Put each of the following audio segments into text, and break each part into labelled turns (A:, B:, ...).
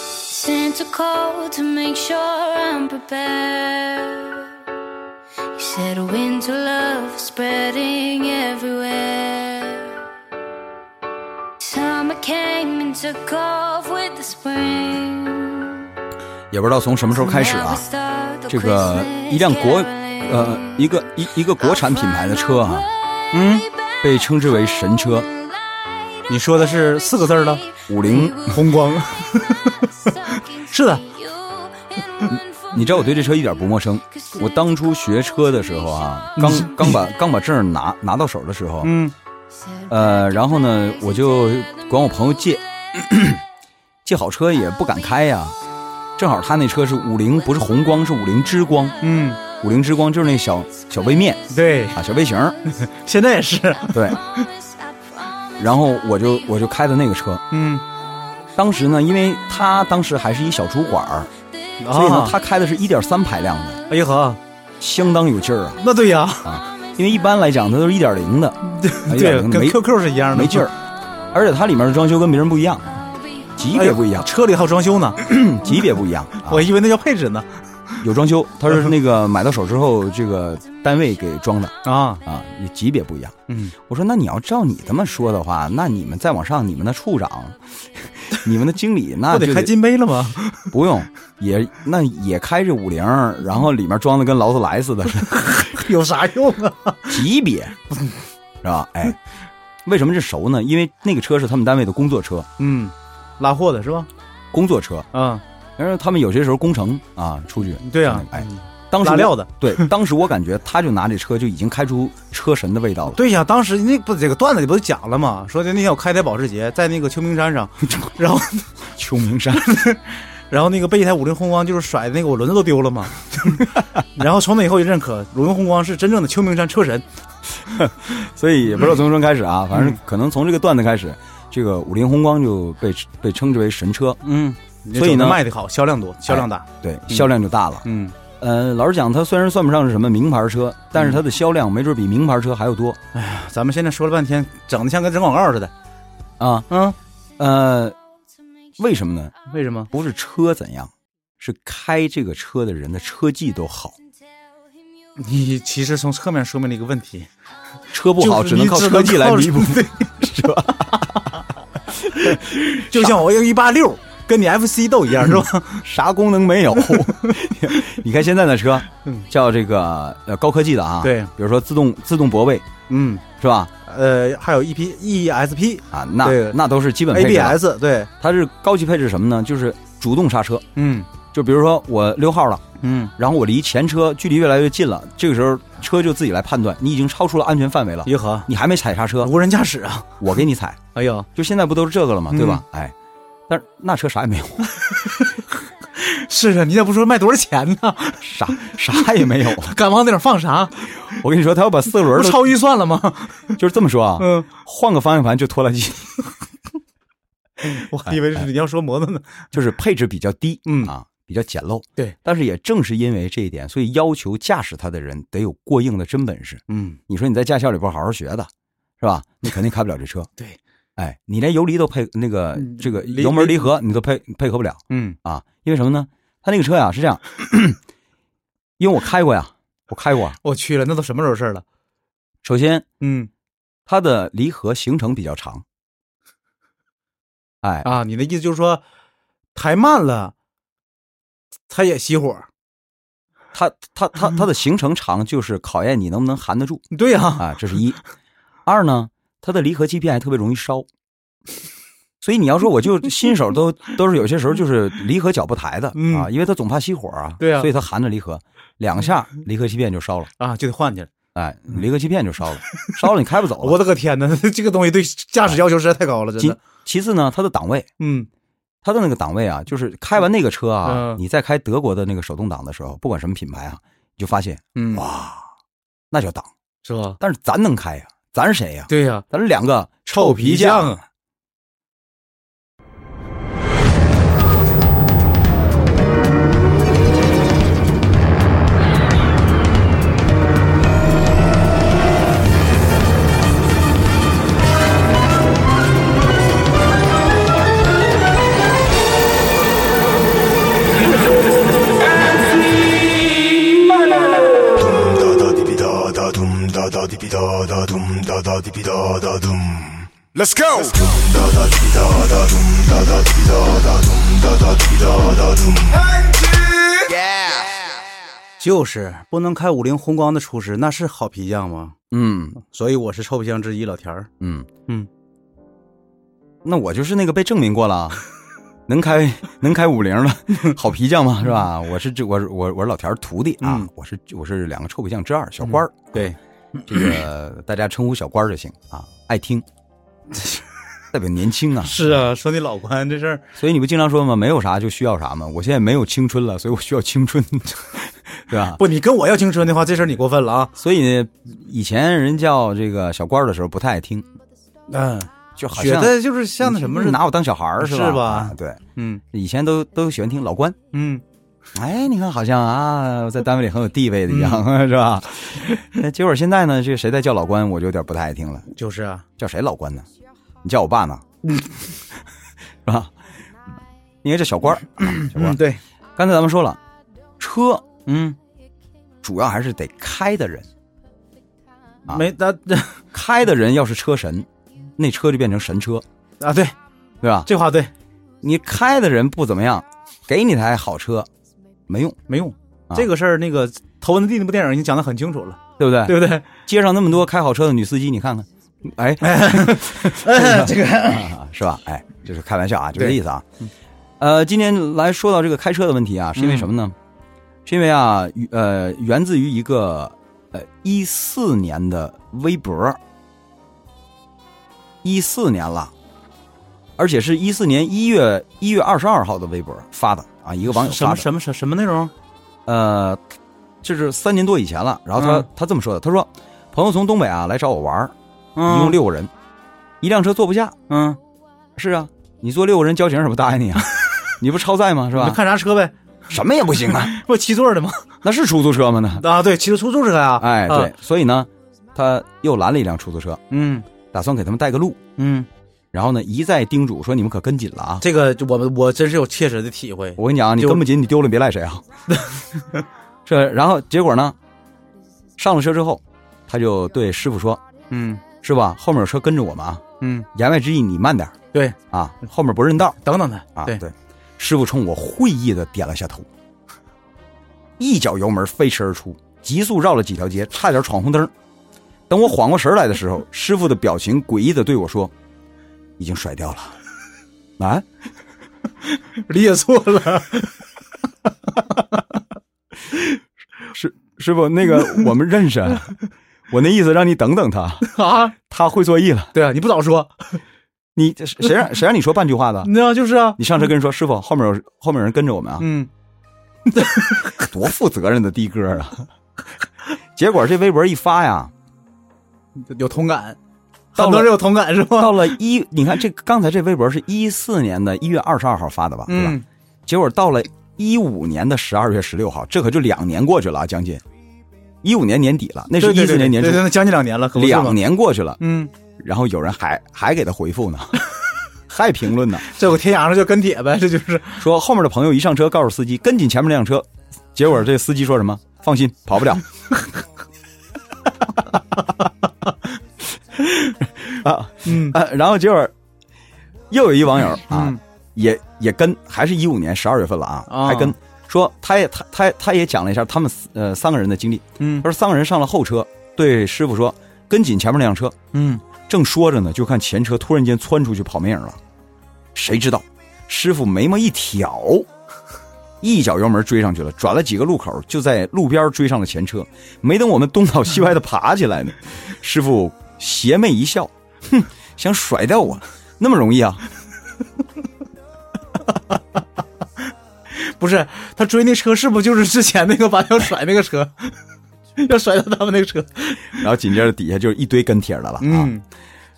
A: sent a call to make sure I'm prepared. You said winter love is spreading everywhere. Summer came and took off with the spring.
B: 也不知道从什么时候开始啊，这个一辆国呃一个一一个国产品牌的车啊，
A: 嗯，
B: 被称之为神车，
C: 你说的是四个字儿的？
B: 五菱。
C: 红 光。是的，
B: 你知道我对这车一点不陌生，我当初学车的时候啊，刚刚把刚把证儿拿拿到手的时候，
C: 嗯，
B: 呃，然后呢，我就管我朋友借，借好车也不敢开呀、正好他那车是五菱，不是宏光，是五菱之光。
C: 嗯，
B: 五菱之光就是那小小微面
C: 对，
B: 啊，小微 型儿。
C: 现在也是。
B: 对，然后我就我就开的那个车。
C: 嗯，
B: 当时呢，因为他当时还是一小主管儿，
C: 啊
B: 所以呢，他开的是一点三排量的，
C: 哎呀呵，
B: 相当有劲儿啊。
C: 那对呀，
B: 因为一般来讲，它都是一点零的，啊一点
C: 对，
B: 零的
C: 跟
B: 没
C: QQ 是一样的，
B: 没劲儿，而且它里面的装修跟别人不一样，级
C: 哎呦，
B: 别不一样，
C: 车里还有装修呢，
B: 级别不一 样。啊
C: 我以为那叫配置呢。
B: 有装修，它是那个买到手之后，这个单位给装的
C: 啊，
B: 啊，也级别不一样。
C: 嗯，
B: 我说，那你要照你这么说的话，那你们再往上，你们的处长、 你们的经理，那
C: 不
B: 就
C: 得开金杯 了吗？
B: 不用，也那也开着五菱，然后里面装的跟劳斯莱斯 的
C: 有啥用啊？
B: 级别，是吧？哎，为什么这熟呢？因为那个车是他们单位的工作车，
C: 嗯，拉货的是吧？
B: 工作车。
C: 啊，
B: 然后他们有些时候工程啊出去，
C: 对啊，
B: 哎，当时我
C: 拉料的。
B: 对，当时我感觉他就拿这车就已经开出车神的味道了。
C: 对呀，当时那不这个段子里不是讲了吗？说的那天我开台保时捷在那个秋名 山上，然后
B: 秋名山，
C: 然后那个被一台五菱宏光就是甩的那个我轮子都丢 了嘛。然后从那以后就认可五菱宏光是真正的秋名山车神。
B: 所以也不知道从什么时候开始啊，反
C: 嗯
B: 正可能从这个段子开始，这个五菱宏光就被被称之为神车，
C: 嗯，
B: 所以呢哎
C: 卖的好，销量多，销量大。
B: 对，销量就大了。
C: 嗯，
B: 呃，老实讲，它虽然算不上是什么名牌车，但是
C: 嗯
B: 它的销量没准比名牌车还要多
C: 咱们现在说了半天，整的像跟整广告似的。
B: 啊。
C: 嗯，
B: 呃，为什么呢？
C: 为什么？
B: 不是车怎样，是开这个车的人的车技都好，
C: 你其实从侧面说明了一个问题，
B: 车不好
C: 就是
B: 能
C: 你
B: 靠车技来弥补。。
C: 对，就像我用一八六跟你 FC 斗一样，是吧？
B: 啥功能没 有。 你看现在的车，叫这个呃高科技的啊，
C: 嗯对
B: 比如说自动自动泊位
C: 嗯，
B: 是吧？
C: 呃，还有 EP、ESP、
B: 啊，那
C: 对
B: 那都是基本配置了。
C: ABS，对，
B: 它是高级配置什么呢？就是主动刹车。
C: 嗯
B: 就比如说我溜号了，
C: 嗯，
B: 然后我离前车距离越来越近了，这个时候车就自己来判断你已经超出了安全范围了，
C: 颐和
B: 你还没踩刹车，
C: 无人驾驶啊，
B: 我给你踩。
C: 嗯哎呦，嗯
B: 就现在不都是这个了吗？对吧？哎，但是那车啥也没有，
C: 是啊，你也不说卖多少钱呢？
B: 啥 啥也没 有。
C: 敢往那点放啥？
B: 我跟你说，他要把四个轮
C: 不
B: 儿
C: 是
B: 都
C: 超预算了吗？
B: 就是这么说啊，
C: 嗯，
B: 换个方向盘就拖拉机。
C: 我还以为是你要说摩托呢。
B: 就是配置比较低，
C: 嗯
B: 啊，比较简陋。
C: 对，
B: 但是也正是因为这一点，所以要求驾驶它的人得有过硬的真本事。
C: 嗯，
B: 你说你在驾校里边好好学的，是吧？你肯定开不了这车。
C: 对，
B: 哎，你连油离都配那个
C: 嗯
B: 这个
C: 离
B: 油门
C: 离
B: 离合你都配配合不了
C: 嗯
B: 啊？因为什么呢？它那个车呀是这样， 因为我开过呀，我开过。啊
C: 我去了，那都什么时候事儿了？
B: 首先，
C: 嗯
B: 它的离合行程比较长。哎，
C: 啊，你的意思就是说，抬慢了，它也熄火。
B: 它它它它的行程长，就是考验你能不能含得住。
C: 对呀、
B: 啊，这是一。二呢，它的离合器片还特别容易烧，所以你要说我就新手都都是有些时候就是离合脚不抬的、
C: 嗯
B: 啊，因为它总怕熄火啊，
C: 对啊
B: 所以它含着离合，两下离合器片就烧了，
C: 啊，就得换去了。
B: 哎，离合器片就烧了，烧了你开不走
C: 我
B: 了。
C: 的个天哪， 这个东西对驾驶要求实在太高了，真
B: 其
C: 的。
B: 其次呢，它的档位，
C: 嗯，
B: 它的那个档位啊，就是开完那个车啊，
C: 嗯
B: 你再开德国的那个手动挡的时候，不管什么品牌啊，你就发现
C: 嗯
B: 哇，那叫挡，
C: 是吧？
B: 但是咱能开呀、咱是谁呀、
C: 对呀、
B: 咱是两个
C: 臭皮匠啊。
D: Let's go. Yeah.
C: 就是不能开五菱宏光的厨师，那是好皮匠吗？
B: 嗯
C: 所以我是臭皮匠之一老田儿。
B: 嗯
C: 嗯，
B: 那我就是那个被证明过 了，啊能开能开五菱了，好皮匠嘛，是吧？我是这我是我我是老田儿徒弟啊，
C: 嗯
B: 我是我是两个臭皮匠之二小官儿，
C: 对，
B: 这 个大家称呼小官儿就行啊，爱听，代表年轻啊。
C: 是啊，说你老关这事儿，
B: 所以你不经常说吗？没有啥就需要啥吗？我现在没有青春了，所以我需要青春， 对吧？
C: 不，你跟我要青春的话，这事儿你过分了啊。
B: 所以呢，以前人叫这个小官儿的时候不太爱听，
C: 嗯，
B: 就好
C: 觉
B: 像
C: 得就是像那什么似的。
B: 拿我当小孩儿吧？
C: 嗯是吧
B: 啊对，
C: 嗯
B: 以前都都喜欢听老关。
C: 嗯，
B: 哎，你看，好像啊，我在单位里很有地位的一样，
C: 嗯
B: 是吧？那结果现在呢，这谁再叫老关，我就有点不太爱听了。
C: 就是啊，
B: 叫谁老关呢？你叫我爸呢？
C: 嗯
B: 是吧？因为这小官儿，
C: 嗯
B: 小官儿。
C: 对，
B: 刚才咱们说了，车
C: 嗯，
B: 主要还是得开的人，啊
C: 没咱
B: 开的人要是车神，那车就变成神车，
C: 啊，对，
B: 对吧？
C: 这话对，
B: 你开的人不怎么样，给你台好车没用，
C: 没用。
B: 啊
C: 这个事儿，那个《头文字 D》那部电影已经讲的很清楚了，
B: 对不对？
C: 对不对？
B: 街上那么多开好车的女司机，你看看，哎，
C: 这 个
B: 啊，是吧？哎，这是开玩笑啊，就这意思啊。
C: 嗯
B: 呃，今天来说到这个开车的问题啊，是因为什么呢？是因为啊，与呃，源自于一个呃一四年的微博，一四年了，而且是一四年一月一月二十二号的微博发的啊，一个网友
C: 什
B: 发
C: 么
B: 的，
C: 什么什什么内容？
B: 呃，就是三年多以前了。然后他、
C: 嗯
B: 他这么说的，他说朋友从东北啊来找我玩儿，一
C: 一
B: 共，六个人，一辆车坐不下，
C: 嗯，
B: 是啊，你坐六个人交警怎么答应你 啊？你不超载吗？是
C: 你就
B: 吧？
C: 看啥车呗？
B: 什么也不行啊，
C: 不七座的吗？
B: 那是出租车 吗？那
C: 啊，对，骑着出租车呀。
B: 哎，
C: 啊
B: 对，，所以呢，他又拦了一辆出租车，
C: 嗯
B: 打算给他们带个路。
C: 嗯，
B: 然后呢，一再叮嘱说你们可跟紧了啊！
C: 这个我们我真是有切实的体会。
B: 我跟你讲啊，你
C: 就
B: 跟不紧，你丢了别赖谁 啊。这然后结果呢，上了车之后，他就对师傅说
C: 嗯：“
B: 是吧？后面有车跟着我们啊，
C: 嗯，
B: 言外之意你慢点儿
C: 对，
B: 啊，后面不认道。”
C: 等等他
B: 啊，
C: 对，
B: 师傅冲我会意的点了下头，一脚油门飞驰而出，急速绕了几条街，差点闯红灯。等我缓过神来的时候，师傅的表情诡异的对我说：“已经甩掉了。”啊，
C: 理解错了。
B: 师傅，那个我们认识，啊我那意思让你等等他，
C: 啊，
B: 他会作意了。
C: 对啊，你不早说，
B: 你谁让谁让你说半句话的？
C: 你知道就是啊，
B: 你上车跟人说，师傅，后面有后面有人跟着我们啊，
C: 嗯，
B: 多负责任的的哥啊！结果这微博一发呀，
C: 有同感，
B: 到了
C: 很多人有同感 是吧？
B: 到了一，你看这刚才这微博是一四年的一月二十二号发的吧，对吧？
C: 嗯，
B: 结果到了一五年的十二月十六号，这可就两年过去了啊，将近一五年年底了，那是
C: 对
B: 一
C: 对
B: 四
C: 对
B: 年年初
C: 对，对，那将近两年了，可不是吗
B: 两。年过去了，
C: 嗯，
B: 然后有人还还给他回复呢， 还评论呢，
C: 这有天涯上就跟帖呗，这就是
B: 说后面的朋友一上车告诉司机跟紧前面那辆车，结果这司机说什么？放心，跑不了。啊，
C: 嗯
B: 啊，然后结果又有一网友啊，
C: 嗯
B: 也也跟，还是一五年十二月份了啊，
C: 啊
B: 还跟说他也他他他也讲了一下他们四呃三个人的经历，
C: 嗯
B: 他说三个人上了后车，对师傅说跟紧前面那辆车，
C: 嗯，
B: 正说着呢，就看前车突然间窜出去跑没影了，谁知道师傅眉毛一挑，一脚油门追上去了，转了几个路口，就在路边追上了前车。没等我们东倒西歪的爬起来呢，师傅邪魅一笑，哼，想甩掉我，那么容易啊？
C: 不是他追那车，是不是就是之前那个把要甩那个车， 要甩到他们那个车？
B: 然后紧接着底下就是一堆跟帖的了啊，
C: 嗯，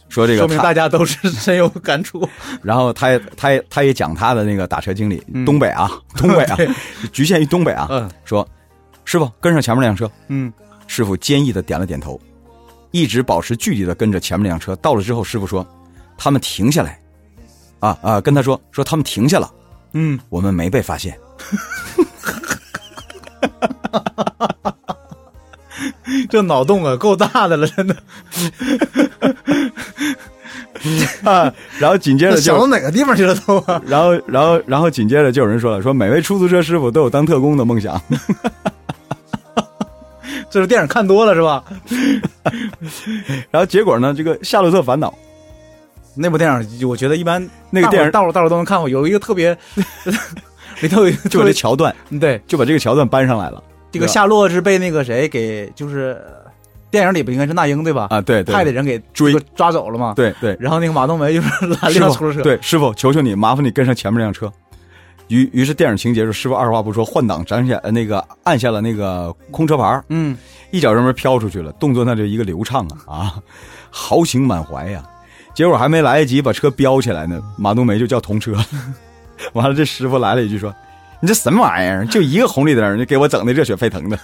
B: 说这个
C: 说明
B: 他
C: 大家都是 深有感触。
B: 然后他也他也他也讲他的那个打车经历，东北 啊，东北啊，局限于东北啊，
C: 嗯
B: 说师傅跟上前面那辆车，
C: 嗯，
B: 师傅坚毅的点了点头，一直保持距离的跟着前面那辆车。到了之后，师傅说他们停下来，啊啊，跟他说说他们停下了，
C: 嗯，
B: 我们没被发现。
C: 这脑洞啊，够大的了，真的。
B: 啊，然后紧接着
C: 想
B: 就
C: 到哪个地方去了都啊？
B: 然后，然后，然后紧接着就有人说了，说每位出租车师傅都有当特工的梦想。
C: 这是电影看多了是吧？
B: 然后结果呢，这个《夏洛特烦恼》
C: 那部电影，我觉得一般
B: 那个
C: 大伙儿
B: 电影
C: 大伙儿大伙儿都能看过。有一个 特别，里头有一个
B: 就这
C: 特别
B: 桥段，
C: 对，
B: 就把这个桥段搬上来了
C: 这个
B: 对吧
C: 夏洛是被那个谁给，就是呃电影里边应该是那英对吧？
B: 啊！对对，
C: 派的人给
B: 追
C: 这个抓走了嘛。，
B: 对对，
C: 然后那个马冬梅就是 拦
B: 师
C: 辆出租
B: 傅
C: 车，，
B: 对师傅，求求你，麻烦你跟上前面那辆车。于于是电影情节是师傅二话不说换挡斩下呃那个按下了那个空车牌儿，
C: 嗯，
B: 一脚油门飘出去了，动作那就一个流畅啊啊，豪情满怀呀、结果还没来得及把车飙起来呢，马冬梅就叫同车了。 完了，这师傅来了一句说：“你这什么玩意儿？就一个红绿灯，就给我整的热血沸腾的。”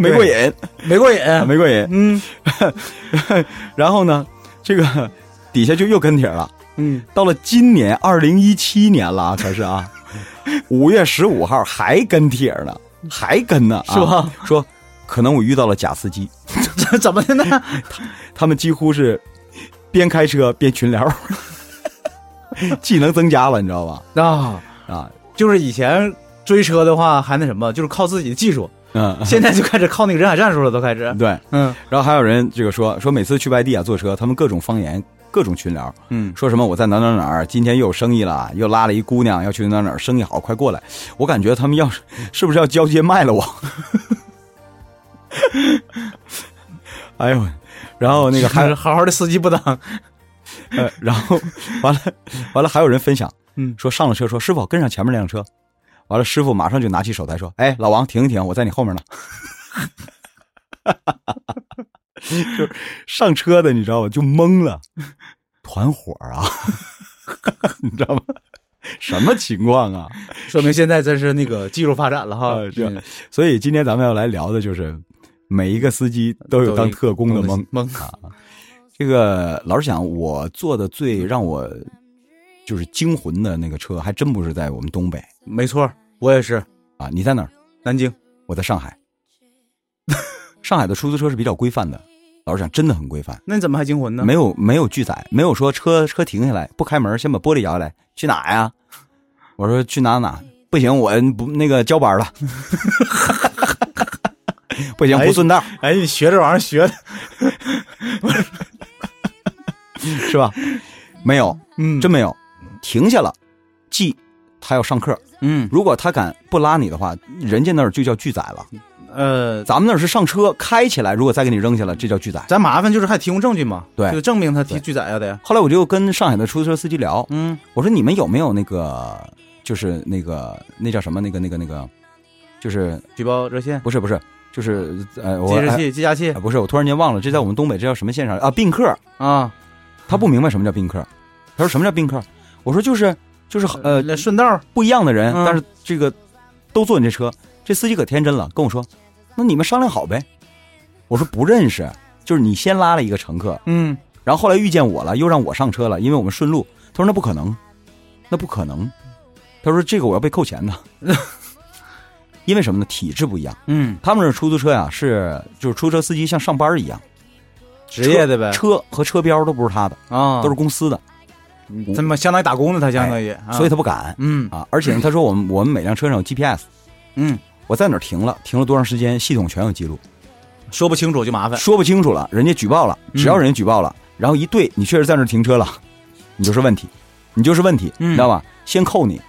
B: 没过瘾，
C: 没过瘾，
B: 没过瘾。
C: 嗯
B: 然后呢，这个 底下就又跟帖了。
C: 嗯，
B: 到了今年二零一七年了啊，可是啊，五月十五号还跟帖呢，还跟呢、啊，
C: 是吧？
B: 说可能我遇到了假司机，
C: 这怎么的呢？
B: 他们几乎是边开车边群聊， 技能增加了，你知道吧？
C: 啊，
B: 啊，
C: 就是以前追车的话还那什么，就是靠自己的 技术，
B: 嗯，
C: 现在就开始靠那个人海战术了，都开始，
B: 对。
C: 嗯
B: 然后还有人这个说说每次去外地啊坐车，他们各种方言。各种群聊，
C: 嗯，
B: 说什么我在哪儿哪儿哪儿，今天又有生意了，又拉了一姑娘要去哪儿哪儿，生意好，快过来！我感觉他们要是是不是要交接卖了我？ 哎呦，然后那个还
C: 还是好好的司机不当，
B: 呃，然后完了，完了，还有人分享，
C: 嗯
B: 说上了车，说师傅跟上前面那辆车，完了，师傅马上就拿起手台说：“哎，老王，停一停，我在你后面呢。” 就是上车的，你知道吧？就懵了，团伙啊， 你知道吗？什么情况啊？
C: 说明现在真是那个技术发展了哈
B: 啊，是
C: 嗯
B: 所以今天咱们要来聊的就是，每一个司机都有当特工的梦。
C: 懵，
B: 这个老实讲，我坐的最让我就是惊魂的那个车，还真不是在我们东北
C: 没错，我也是
B: 啊。你在哪儿？
C: 南京，
B: 我在上海。 上海的出租车是比较规范的，老实讲，真的很规范，
C: 那你怎么还惊魂呢？
B: 没有没有拒载，没有说车车停下来不开门，先把玻璃摇下来，去哪呀？我说去哪哪，不行，我不那个交班了， 不行，不顺 道，
C: 哎，你学这玩意儿学的，
B: 是吧？没有，
C: 嗯
B: 真没有，停下了，即他要上课，
C: 嗯
B: 如果他敢不拉你的话，人家那儿就叫拒载了。
C: 呃，
B: 咱们那儿是上车开起来，如果再给你扔下来，这叫拒载。
C: 咱麻烦就是还提供证据嘛，
B: 对
C: 就证明他提
B: 对
C: 拒载啊得，
B: 后来我就跟上海的出租车司机聊，
C: 嗯
B: 我说你们有没有那个，就是那个那叫什么那个那个那个，就是
C: 举报热线、
B: 不是不是就是呃我
C: 监视
B: 哎
C: 器、计价器
B: 哎不是我突然间忘了，这在我们东北这叫什么现场啊？宾客，
C: 啊，
B: 他不明白什么叫宾客，他说什么叫宾客？我说就是就是呃
C: 那顺道
B: 不一样的人，
C: 嗯
B: 但是这个都坐你这车，这司机可天真了，跟我说，那你们商量好呗。我说不认识，就是你先拉了一个乘客，
C: 嗯
B: 然后后来遇见我了，又让我上车了，因为我们顺路。他说那不可能，那不可能。他说这个我要被扣钱的， 因为什么呢？体制不一样，
C: 嗯，
B: 他们这出租车呀、是就是出租车司机像上班一样，
C: 职业的呗
B: 车和车标都不是他的，
C: 啊，
B: 都是公司的，
C: 他妈相当于打工的，他相当于，啊
B: 所以他不敢
C: 嗯
B: 啊。而且呢，他说我们我们每辆车上有 GPS。
C: 嗯
B: 我在哪儿停了，停了多长时间，系统全有记录，
C: 说不清楚就麻烦，
B: 说不清楚了，人家举报了，
C: 嗯
B: 只要人家举报了，然后一对你确实在那儿停车了， 你就是问题，你就是问题，
C: 嗯
B: 你知道吧？先扣你，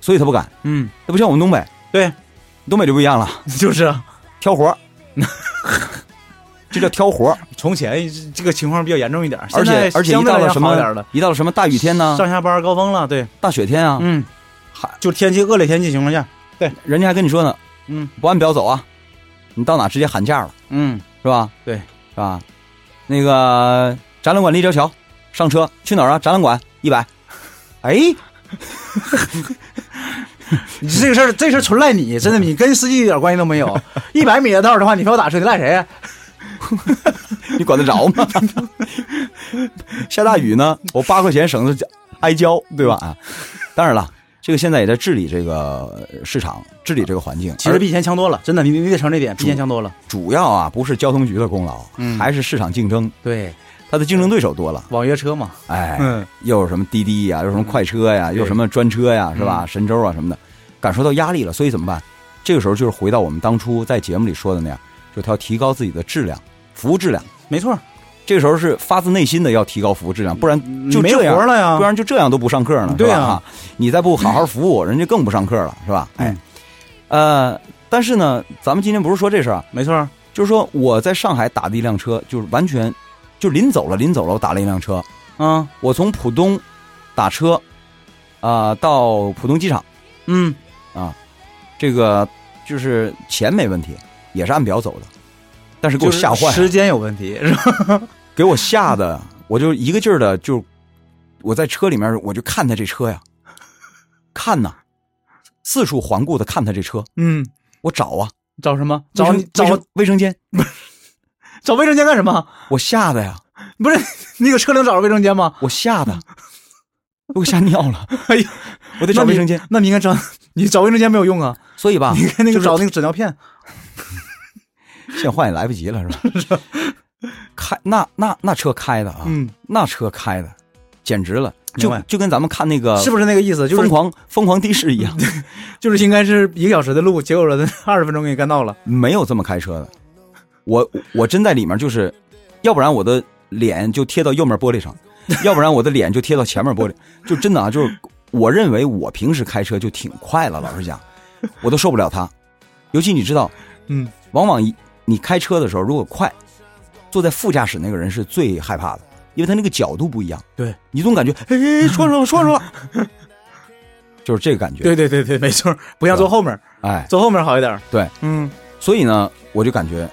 B: 所以他不敢，
C: 嗯，
B: 那不像我们东北，
C: 对，
B: 东北就不一样了，
C: 就是啊
B: 挑活 儿，这叫挑活儿，
C: 从前这个情况比较严重一点，
B: 而
C: 现在
B: 且而且
C: 相
B: 一
C: 对
B: 到
C: 来
B: 了
C: 讲
B: 什
C: 好点
B: 么
C: 了，
B: 一到了什么大雨天呐、
C: 上下班高峰了，对，
B: 大雪天啊，
C: 嗯，
B: 还
C: 就天气恶劣天气情况下，
B: 人家还跟你说呢，
C: 嗯
B: 不按表走啊，你到哪直接喊价了。
C: 嗯，
B: 是吧？
C: 对，
B: 是吧？那个展览馆立交桥，上车去哪儿啊？展览馆一百。哎，
C: 你这个事儿，这事儿纯赖你，真的，你跟司机一点关系都没有。一百米的道儿的话，你非要打车，你赖谁啊呀？
B: 你管得着吗？下大雨呢，我八块钱省着挨浇，对吧？啊，当然了，这个现在也在治理这个呃市场，治理这个环境。
C: 其实比以前强多了，真的，你你得承认这点，比以前强多了。
B: 主要啊，不是交通局的功劳，
C: 嗯
B: 还是市场竞争，
C: 对，
B: 它的竞争对手多了。
C: 网约车嘛，
B: 哎，
C: 嗯
B: 又有什么滴滴呀、又有什么快车呀、又有什么专车呀、是
C: 嗯
B: 吧？神州啊什么的，感受到压力了，所以怎么办？这个时候就是回到我们当初在节目里说的那样，就他要提高自己的质量，服务质量。
C: 没错，
B: 这个时候是发自内心的要提高服务质量，不然就
C: 没
B: 这样
C: 活了呀
B: 不然就这样都不上课呢，
C: 啊对
B: 是吧？
C: 啊
B: 啊你再不好好服务，人家更不上课了，是吧？
C: 嗯
B: 哎，呃，但是呢，咱们今天不是说这事儿啊，
C: 没错，
B: 就是说我在上海打的一辆车，就是完全就临走了，临走了，我打了一辆车，
C: 啊，
B: 我从浦东打车啊、到浦东机场，
C: 嗯，
B: 这个就是钱没问题，也是按表走的，但是给我吓坏
C: 就
B: 了，
C: 是时间有问题，是吧？
B: 给我吓得，我就一个劲儿的就我在车里面，我就看他这车呀，看呐，四处环顾的看他这车，
C: 嗯，
B: 我找啊，
C: 找什么？找
B: 卫
C: 你
B: 生
C: 找
B: 卫生卫生间，
C: 找卫生间干什么？
B: 我吓得呀，
C: 不是你搁车里能找着卫生间吗？
B: 我吓得，我给吓尿了，
C: 哎呀，
B: 我得找
C: 那你
B: 卫生间，，
C: 那你应该找 你找卫生间没有用啊，
B: 所以吧，
C: 你看那
B: 就
C: 个
B: 是
C: 找那个纸尿
B: 啊
C: 片，
B: 现换也来不及了，是吧？ 开那那那车开的啊，
C: 嗯，
B: 那车开的简直了，
C: 明
B: 就
C: 白
B: 就跟咱们看那个
C: 是不是那个意思？就
B: 疯
C: 是
B: 狂疯狂的士一样，
C: 就是应该是一个小时的路，结果人 二十分钟给你干到了，
B: 没有这么开车的。我我真在里面就是，要不然我的脸就贴到右面玻璃上， 要不然我的脸就贴到前面玻璃，就真的啊，就是我认为我平时开车就挺快了，老实讲，我都受不了他。尤其你知道，
C: 嗯，
B: 往往一你开车的时候如果快，坐在副驾驶那个人是最害怕的，因为他那个角度不一样，
C: 对
B: 你总感觉哎哎哎撞上了撞 上了，就是这个感觉。
C: 对对对对，没错，不像坐后面，
B: 哎，
C: 坐后面好一点，
B: 对，
C: 嗯，
B: 所以呢，我就感觉，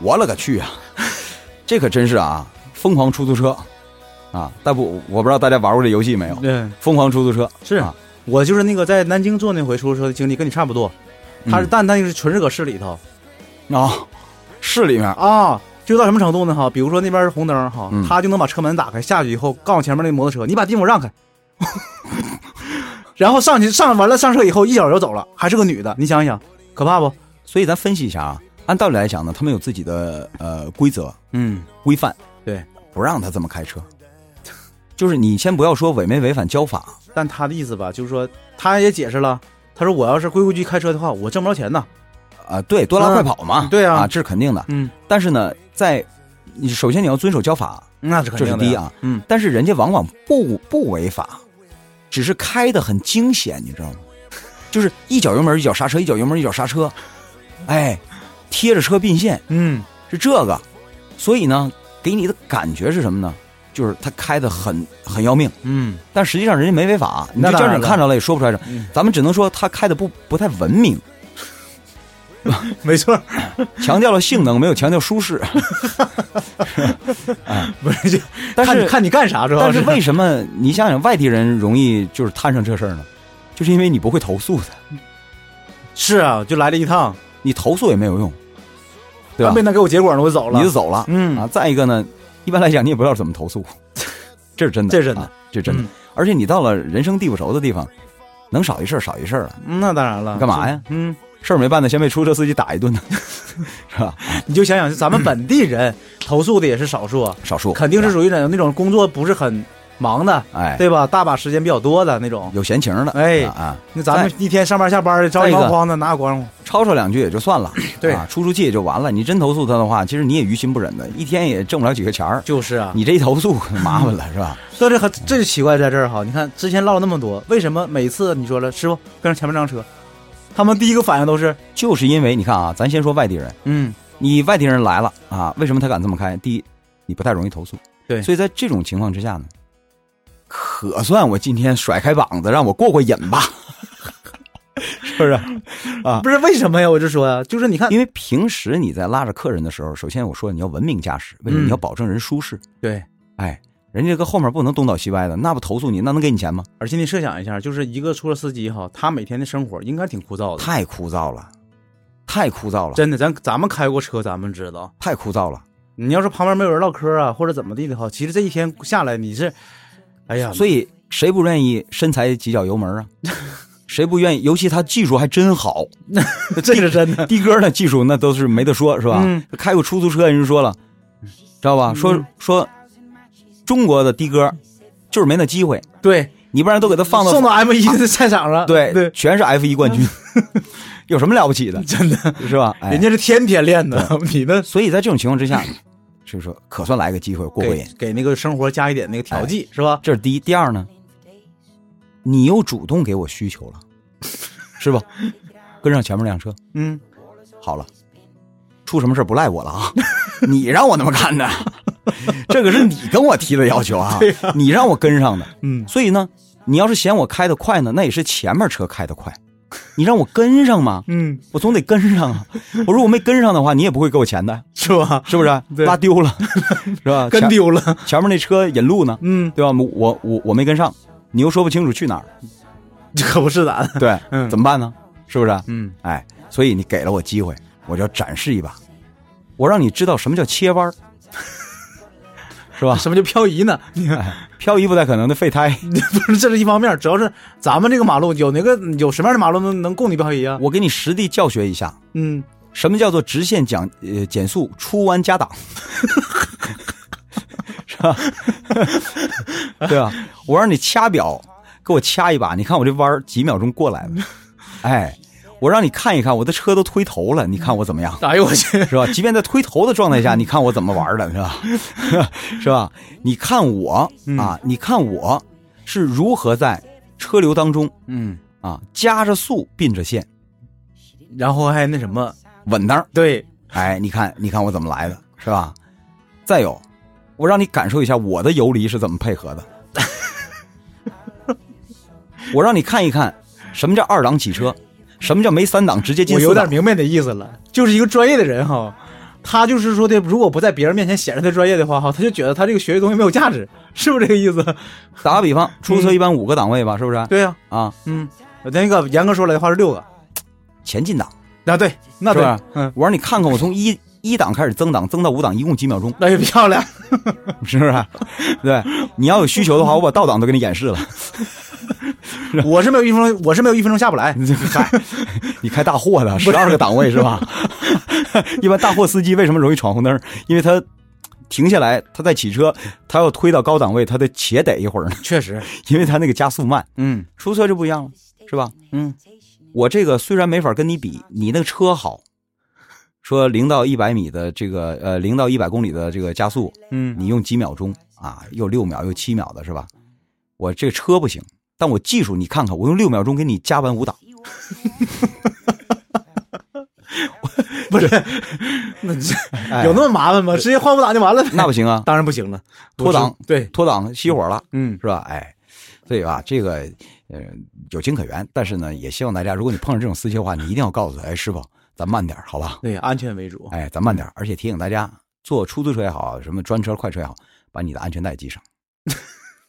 B: 我勒个去啊！ 这可真是啊，疯狂出租车啊！但不，我不知道大家玩过这游戏没有？
C: 对。
B: 疯狂出租车
C: 是
B: 啊，
C: 嗯我就是那个在南京坐那回出租车的经历跟你差不多，他是
B: 嗯
C: 但那个是纯是搁市里头
B: 啊，市里面
C: 啊，就到什么程度呢？哈，比如说那边是红灯哈
B: 嗯，
C: 他就能把车门打开，下去以后告诉前面那摩托车，你把地方让开， 然后上去上完了上车以后一脚就走了，还是个女的，你想一想，可怕不？
B: 所以咱分析一下啊，按道理来讲呢，他们有自己的呃规则
C: 嗯，
B: 规范，
C: 对，
B: 不让他这么开车。就是你先不要说违没违反交法，
C: 但他的意思吧，就是说他也解释了，他说我要是规规矩矩开车的话，我挣不着钱呐。
B: 啊、对，多拉快跑嘛，
C: 嗯对啊
B: 啊，这是肯定的。
C: 嗯，
B: 但是呢，在你首先你要遵守交法，
C: 那是肯定的。
B: 这是第一啊，
C: 嗯，
B: 但是人家往往不不违法，只是开的很惊险，你知道吗？就是一脚油门一脚刹车，一脚油门一脚刹车，哎，贴着车并线
C: 嗯，
B: 是这个，所以呢，给你的感觉是什么呢？就是他开的很很要命，
C: 嗯，
B: 但实际上人家没违法，你
C: 那
B: 这
C: 当
B: 家
C: 然
B: 长看着了也说不出来什么
C: 嗯
B: 咱们只能说他开的不不太文明，
C: 没错，
B: 强调了性能，没有强调舒适。
C: 不是就
B: 但
C: 看
B: 是
C: 你看你干啥主要
B: 但是为什么你想想外地人容易就是摊上这事儿呢？就是因为你不会投诉他。
C: 是啊，就来了一趟，
B: 你投诉也没有用，对吧
C: 没？能给我结果呢，我就走了。
B: 你就走了，
C: 嗯
B: 啊。再一个呢，一般来讲你也不知道怎么投诉， 这是真的，
C: 这是真的
B: 啊，这是真的
C: 嗯。
B: 而且你到了人生地不熟的地方，能少一事儿少一事儿啊。
C: 嗯那当然了，
B: 干嘛呀
C: 就？嗯，
B: 事儿没办呢，先被出租车司机打一顿呢，是吧？
C: 你就想想，咱们本地人投诉的也是少数，啊
B: 少数
C: 肯定是
B: 吧
C: 属于那种那种工作不是很忙的，
B: 哎
C: 对吧？大把时间比较多的那种。
B: 有闲情的，
C: 哎
B: 啊啊，
C: 那咱们一天上班下班的，着
B: 再
C: 急
B: 一个
C: 忙慌的，哪有光荣？
B: 吵吵两句也就算了，
C: 对
B: 啊，出出气也就完了。你真投诉他的话，其实你也于心不忍的，一天也挣不了几个钱儿。
C: 就是啊，
B: 你这一投诉 麻烦了，是吧？
C: 但是很这就奇怪在这儿哈，你看之前唠了那么多，为什么每次你说了师傅跟上前面那辆车，他们第一个反应都是
B: 就是因为你看啊，咱先说外地人，
C: 嗯
B: 你外地人来了啊，为什么他敢这么开？第一，你不太容易投诉，
C: 对
B: 所以在这种情况之下呢，可算我今天甩开膀子让我过过瘾 吧，是不是？啊
C: 不是为什么呀？我就说呀，啊就是你看
B: 因为平时你在拉着客人的时候，首先我说你要文明驾驶，为什么
C: 嗯
B: 你要保证人舒适？
C: 对，
B: 哎，人家搁后面不能东倒西歪的，那不投诉你，那能给你钱吗？
C: 而且你设想一下，就是一个出租车司机哈，他每天的生活应该挺枯燥的，
B: 太枯燥了，太枯燥了，
C: 真的，咱咱们开过车，咱们知道，
B: 太枯燥了。
C: 你要是旁边没有人唠嗑啊，或者怎么地的哈，其实这一天下来你是，哎呀，
B: 所以谁不愿意身材几脚油门 啊？谁不愿意？尤其他技术还真好，
C: 这是真 的。
B: 的哥的技术那都是没得说，是吧？
C: 嗯
B: 开过出租车，人家说了，知道吧？说说中国的的哥就是没那机会，
C: 对，
B: 你不然都给他放到
C: 送到 M 一的赛场上，
B: 对
C: 对，
B: 全是 F 一冠军，有什么了不起的？真的是吧？哎
C: 人家是天天练的，你那
B: 所以在这种情况之下，就是说可算来个机会哎过过
C: 给
B: 瘾，
C: 给那个生活加一点那个调剂是吧？
B: 这是第一。第二呢，你又主动给我需求了，是吧？跟上前面那辆车，
C: 嗯，
B: 好了，出什么事儿不赖我了啊！ 你让我那么干的， 这可是你跟我提的要求 啊，你让我跟上的。
C: 嗯
B: 所以呢，你要是嫌我开的快呢，那也是前面车开的快，你让我跟上嘛，
C: 嗯，
B: 我总得跟上啊。我如果没跟上的话，你也不会给我钱的，
C: 是吧？
B: 是不是？
C: 对
B: 拉丢了，是吧？
C: 跟
B: 前
C: 丢了，
B: 前面那车引路呢，
C: 嗯，
B: 对吧？我我我没跟上，你又说不清楚去哪儿，
C: 这可不是咱，
B: 对，
C: 嗯
B: 怎么办呢？是不是？
C: 嗯，
B: 哎，所以你给了我机会，我就要展示一把，我让你知道什么叫切弯儿， 是吧？
C: 啊什么叫漂移呢？你 看，
B: 漂移不太可能的废胎，
C: 不是这是一方面，主要是咱们这个马路有那个有什么样的马路能能供你漂移啊？
B: 我给你实地教学一下，
C: 嗯，
B: 什么叫做直线讲呃减速出弯加档， 是吧？对啊，我让你掐表，给我掐一把，你看我这弯儿几秒钟过来了，哎，我让你看一看，我的车都推头了，你看我怎么样？
C: 哎呦我去，
B: 是吧？即便在推头的状态下，你看我怎么玩的，是吧？ 是吧？你看我
C: 嗯
B: 啊，你看我是如何在车流当中
C: 嗯，
B: 啊加着速并着线
C: 然后还那什么，
B: 稳当儿，
C: 对，
B: 哎，你看，你看我怎么来的，是吧？再有，我让你感受一下我的游离是怎么配合的， 我让你看一看什么叫二档起车，什么叫没三档直接进
C: 我
B: 四
C: 有
B: 档
C: 点。明白你的意思了，就是一个专业的人哈。他就是说的，如果不在别人面前显示他专业的话，哈，他就觉得他这个学的东西没有价值， 是不是这个意思？
B: 打个比方，出租车一般五个档位吧，是不是？
C: 嗯对呀、
B: 啊，
C: 嗯，那个严格说来的话是六个，
B: 前进档。
C: 啊对，那对，
B: 是吧
C: 嗯，
B: 我让你看看，我从一一档开始增档，增到五档，一共几秒钟，
C: 那也漂亮，
B: 是不是？对，你要有需求的话，我把倒档都给你演示了。
C: 我是没有一分钟，我是没有一分钟下不来，
B: 你这个嗨，你开大货的，十二个档位是吧？ 一般大货司机为什么容易闯红灯？因为他停下来，他在骑车，他要推到高档位，他得且得一会儿呢，
C: 确实，
B: 因为他那个加速慢。
C: 嗯
B: 出租车就不一样了，是吧？
C: 嗯，
B: 我这个虽然没法跟你比，你那个车好。说零到一百米的这个呃零到一百公里的这个加速，
C: 嗯，
B: 你用几秒钟啊，又六秒又七秒的是吧？我这车不行，但我技术你看看，我用六秒钟给你加完五档，
C: 不 是，那这
B: 哎
C: 有那么麻烦吗？直接换不档就完了呗，
B: 那不行啊，
C: 当然不行了，
B: 脱档
C: 我是对，
B: 脱档熄火了
C: 嗯，
B: 是吧？哎，所以吧，这个呃有情可原，但是呢，也希望大家，如果你碰上这种司机的话，你一定要告诉他，哎，师傅，咱慢点儿，好吧？
C: 对，安全为主，
B: 哎，咱慢点儿，而且提醒大家，坐出租车也好，什么专车、快车也好，把你的安全带 系上。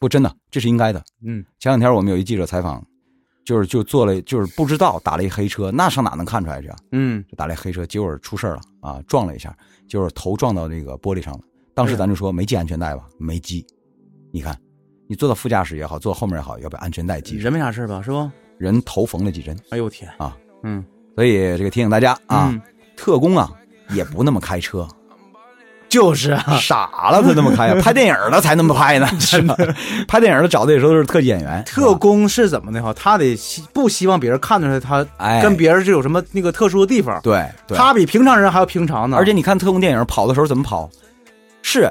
B: 不，真的，这是应该的。
C: 嗯，
B: 前两天我们有一记者采访，就是就坐了，就是不知道打了一黑车，那上哪能看出来去啊？
C: 嗯，
B: 就打了一黑车，结果出事儿了啊，撞了一下，就是头撞到这个玻璃上了。当
C: 嗯
B: 时咱就说没系安全带吧，没系。你看，你坐到副驾驶也好，坐后面也好，要把安全带系上。
C: 人没啥事儿吧，是不？
B: 人头缝了几针，
C: 哎呦我天
B: 啊，
C: 嗯
B: 所以这个提醒大家啊，
C: 嗯
B: 特工啊也不那么开车，
C: 就是啊，
B: 傻了他那么开 啊，拍电影的才那么拍呢，是吧？拍电影的找的也都是特技演员，
C: 特
B: 工。
C: 工是怎么的哈？他得希不希望别人看出来他
B: 哎
C: 跟别人是有什么那个特殊的地方，
B: 对，对
C: 他比平常人还要平常呢，
B: 而且你看特工电影跑的时候怎么跑，是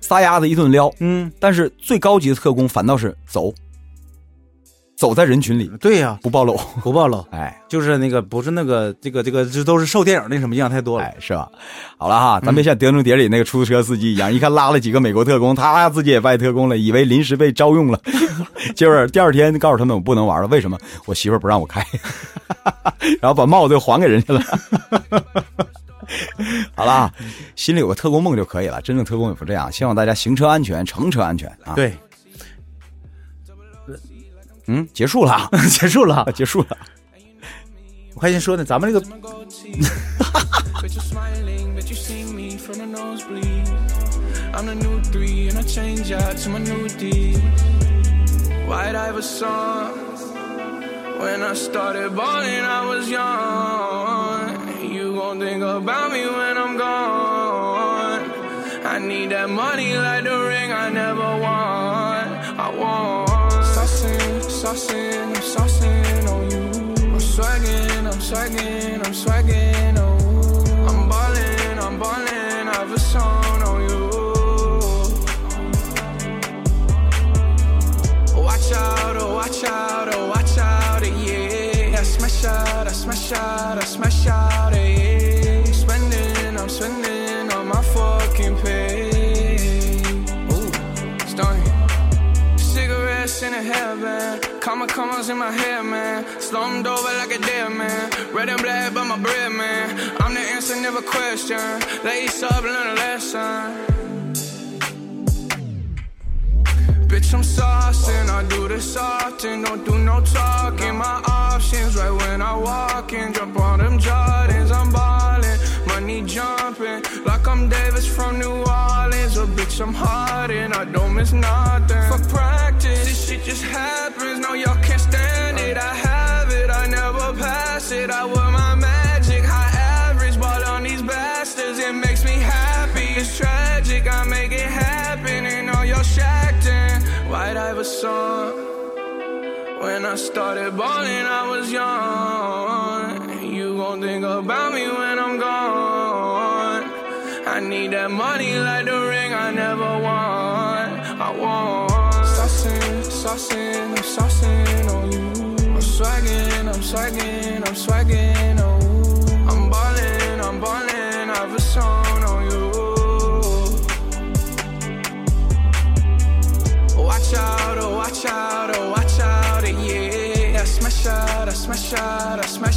B: 撒丫子一顿撩，
C: 嗯，
B: 但是最高级的特工反倒是走，走在人群里
C: 对呀，
B: 不暴露，
C: 不暴露。
B: 哎
C: 就是那个不是那个这个这个，这都是受电影那什么影响太多了。
B: 哎，是吧？好了哈，咱别
C: 嗯
B: 像《碟中谍》里那个出租车司机一样，一看拉了几个美国特工，他自己也拜特工了，以为临时被招 用了，结果第二天告诉他们我不能玩了，为什么？我媳妇儿不让我开， 然后把帽子又还给人家了。 好了啊，心里有个特工梦就可以了。真正特工也不这样，希望大家行车安全，乘车安全啊。，
C: 对，
B: 嗯，结束了啊，
C: 结束了
B: 啊。 结束了。
C: 我还先说呢，咱们这个
E: But you're smiling, but you see me from a nosebleed. I'm the new three, and I change out to my new D. White Iver song. When I started balling, I was young. You gon' think about me when I'm gone. I need that money like the ring I never won. I want. Saucing, saucing, I'm saucing on you. I'm swagging, I'm swagging, I'm swagging on you. I'm balling, I'm balling, I've a song on you. Watch out, oh, watch out, oh, watch out, yeah. I smash out, I smash out, I smash out, yeah. Spending, I'm spending on my fucking pay. Ooh, stunning. Cigarettes in a hairband, comma commas in my hair, man. Slumped over like a dead man. Red and black, but my bread, man. I'm the answer, never question. Lace up, learn a lesson. Bitch, I'm saucing. I do this often. Don't do no talking. My options right when I walk in. Jump on them Jordans. I'm ballin'. Money jumping like I'm Davis from New Orleans. But bitch, I'm hardened. I don't miss nothing. For practice, this shit just happens. No, y'all can't stand it. I have it. I never pass it. I wear my magic. High average. Ball on these bastards. It makes me happy. It's tragic. I make it happen. And all your shacking. White Iver song. When I started balling, I was young. You gon' think about me when I'm gone. I need that money like the ring I never won. I want. Saucing, saucing, I'm saucing on you. I'm swagging, I'm swagging, I'm swagging on you. I'm balling, I'm balling, I've a song on you. Watch eh, out, eh, oh, watch out, oh, watch out, yeah. I smash out, I smash out, I smash